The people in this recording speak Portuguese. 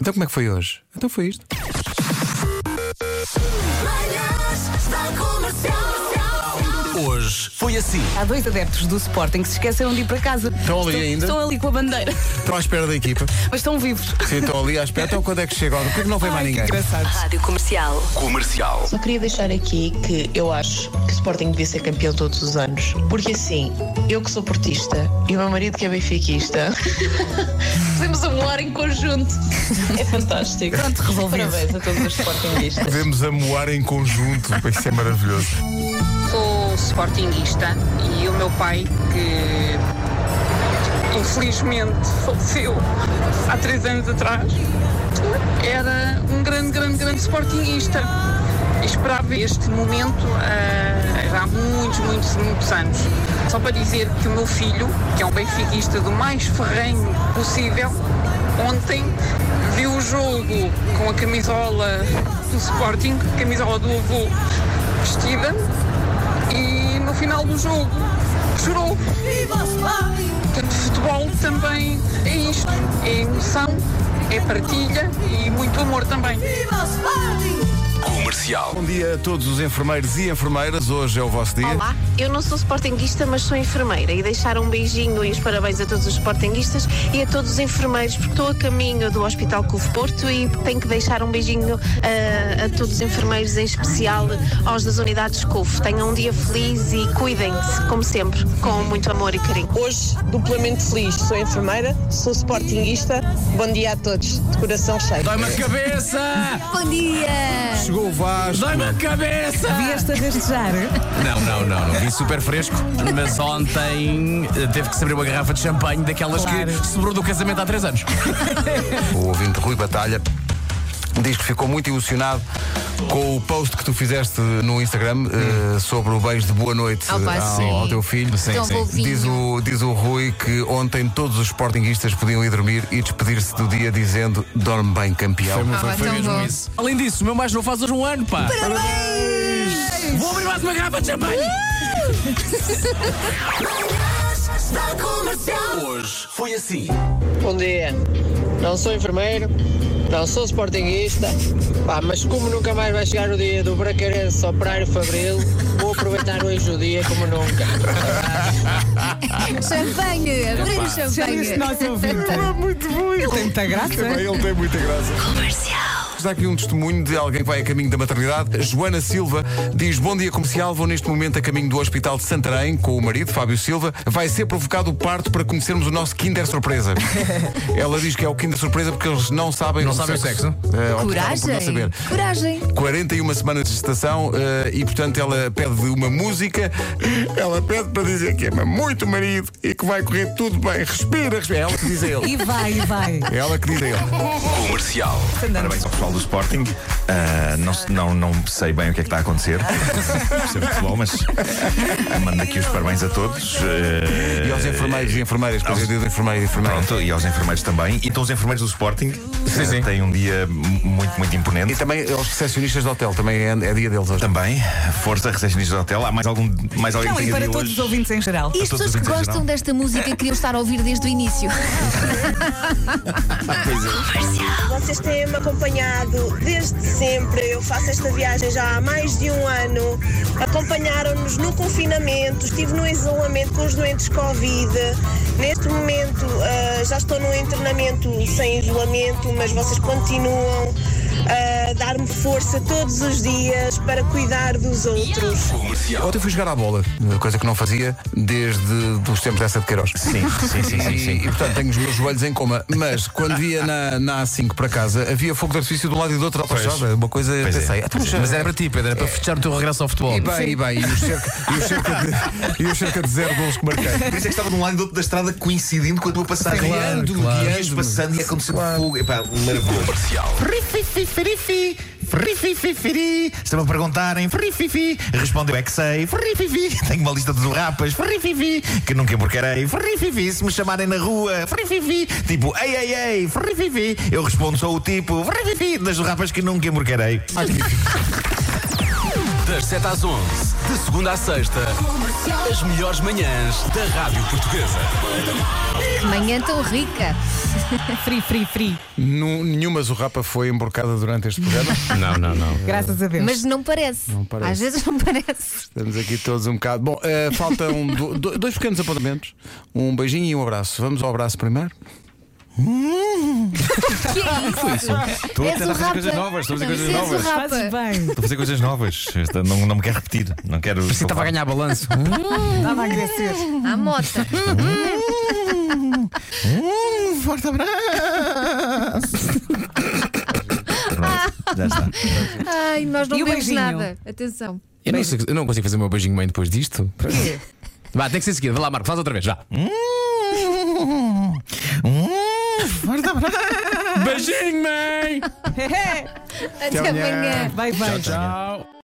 Então como é que foi hoje? Então foi isto. Manhãs da Comercial. Hoje. Foi assim. Há dois adeptos do Sporting que se esqueceram de ir para casa. Estão ali ainda? Estão ali com a bandeira, Estão à espera da equipa. mas estão vivos. Sim, estão ali à espera. Então quando é que chega? Porque não vem mais Ai, que ninguém. engraçados. Rádio Comercial. Comercial. Só queria deixar aqui que eu acho que o Sporting devia ser campeão todos os anos. Porque assim, eu que sou portista e o meu marido que é benfiquista, fazemos amor em conjunto. É fantástico. Pronto, resolvido. Parabéns a todos os Sportingistas. Podemos amoar em conjunto. Isso é maravilhoso. Sou sportinguista e o meu pai, que infelizmente faleceu há três anos atrás, era um grande, grande, grande sportinguista. Esperava este momento ah, já há muitos, muitos, muitos anos. Só para dizer que o meu filho, que é um benfiquista do mais ferrenho possível, ontem viu o jogo com a camisola do Sporting, camisola do avô vestida, e no final do jogo chorou. Portanto, futebol também é isto, é emoção, é partilha e muito amor também. Comercial. Bom dia a todos os enfermeiros e enfermeiras. Hoje é o vosso dia. Olá, eu não sou sportinguista, mas sou enfermeira e deixar um beijinho e os parabéns a todos os sportinguistas e a todos os enfermeiros, porque estou a caminho do Hospital Covo Porto e tenho que deixar um beijinho ah, a todos os enfermeiros, em especial aos das unidades Covo. Tenham um dia feliz e cuidem-se, como sempre, com muito amor e carinho. Hoje, duplamente feliz. Sou enfermeira, sou sportinguista. Bom dia a todos, de coração cheio. Dói-me a cabeça! Bom dia. Chegou o Vasco. Dói-me a cabeça! Vieste a rastejar. Não, não, não, não. Vim super fresco. Mas ontem eh, teve que se abrir uma garrafa de champanhe daquelas que sobrou do casamento há três anos. O ouvinte Rui Batalha diz que ficou muito emocionado com o post que tu fizeste no Instagram eh, sobre o beijo de boa noite Ao pai, eh, ao, sim. ao teu filho. Hum. Sim, Tão sim. fofinho. Diz o, diz o Rui que ontem todos os sportinguistas podiam ir dormir e despedir-se do dia dizendo dorme bem campeão. Ah, pá, tão bom. Além disso, o meu mais novo faz hoje um ano, pá! Parabéns! Vou abrir mais uma garrafa de champanhe! Manhãs da Comercial. Hoje foi assim. Bom dia. Não sou enfermeiro, não sou sportinguista, pá, mas como nunca mais vai chegar o dia do Bracarense Operário Fabril, vou aproveitar hoje o dia como nunca. Champanhe, abrir o Já viste champanhe. nosso ouvinte? Muito bom, ele Tem muita graça. Ele tem muita graça. Está aqui um testemunho de alguém que vai a caminho da maternidade. Joana Silva diz: Bom dia comercial, vou neste momento a caminho do Hospital de Santarém com o marido, Fábio Silva. Vai ser provocado o parto para conhecermos o nosso Kinder Surpresa. Ela diz que é o Kinder Surpresa porque eles não sabem, Não sabem o sexo. É, optaram por Não Coragem. saber. Coragem. 41 semanas de gestação eh, e, portanto, ela pede uma música. Ela pede para dizer que ama muito o marido e que vai correr tudo bem. Respira, respira. É ela que diz a ele. E vai, e vai. É ela que diz a ele. Comercial. Andamos. Parabéns ao pessoal do Sporting. Ah, não, se- não, não sei bem o que é que está a acontecer. Não percebo de futebol, mas mando aqui os parabéns a todos. E Eh, aos enfermeiros e enfermeiras, é para os enfermeiros e enfermeiras. Ah, Pronto, e aos enfermeiros também. Então, os enfermeiros do Sporting eh, sim. têm um dia m- muito, muito E imponente. também aos recepcionistas do hotel, também é, é dia deles hoje. Também, força, recepcionistas do hotel. Há mais, algum, mais alguém Não, Então, e que tenha para dia todos os hoje? ouvintes em geral. E A as todos pessoas os que ouvintes em gostam geral. desta música queriam estar a ouvir desde o início. Vocês têm-me acompanhado desde sempre. Eu faço esta viagem já há mais de um ano. Acompanharam-nos no confinamento, estive no isolamento com os doentes Covid. Neste momento ah, já estou no internamento sem isolamento, mas vocês continuam ah, a dar-me força todos os dias para cuidar dos outros. Comercial. Ontem fui jogar à bola, coisa que não fazia desde os tempos dessa de Queiroz. Sim, sim, sim, sim. E, sim. e, portanto tenho os meus joelhos em coma. Mas quando via na, na A5 para casa, havia fogo de artifício de um lado e do outro à passada. Uma coisa Pois é. pensei. "Ah, então, Mas era para ti, Pedro, era para fechar o teu regresso ao futebol. E bem, e bem, e os cerca, e os cerca de, e os cerca de zero gols que marquei. Por isso é que estava de um lado e do outro da estrada coincidindo com a tua passagem. Claro, Guiando, claro. guiando, ias passando e aconteceu fogo. Epá, um maravilhoso. Comercial. Frifi-fi-fi-fi, frifi-fi-fi-ri. Estão-me a perguntarem, frififi, respondeu é que sei, frififi, tenho uma lista dos rapas, frififi, que nunca emborcarei, frififi, se me chamarem na rua, frififi, tipo, ei, ei, ei, frififi, eu Ah, tipo, respondo sou o tipo, frififi, das rapas que nunca emborcarei. Das 7 às 11, de segunda à sexta, as melhores manhãs da Rádio Portuguesa. Que manhã tão rica. Free, free, free. Nu- Nenhuma zurrapa foi emborcada durante este programa. Não, não, não. Graças a Deus. Mas não parece. Não parece. Às vezes não parece. Estamos aqui todos um bocado. Bom, eh, faltam do- do- dois pequenos apontamentos. Um beijinho e um abraço. Vamos ao abraço primeiro. que é isso? Estou a És tentar o fazer coisas rapa. novas, estou a fazer Isso é és o coisas novas. rapa. Fazes bem. Estou a fazer coisas novas. Esta Não, não me quero repetir. Não quero. Você estava a ganhar balanço. Estava a crescer. À mota. Um forte abraço. Pronto, Já está. Ai, nós não E o vemos beijinho? nada. Atenção. Eu não, consigo, eu não consigo fazer o meu beijinho bem depois disto. Vá, tem que ser seguido. Vai lá, Marco, faz outra vez. Vá. Um forte abraço. Beijinho, mãe! Até amanhã. É. amanhã. Vai, vai. Tchau.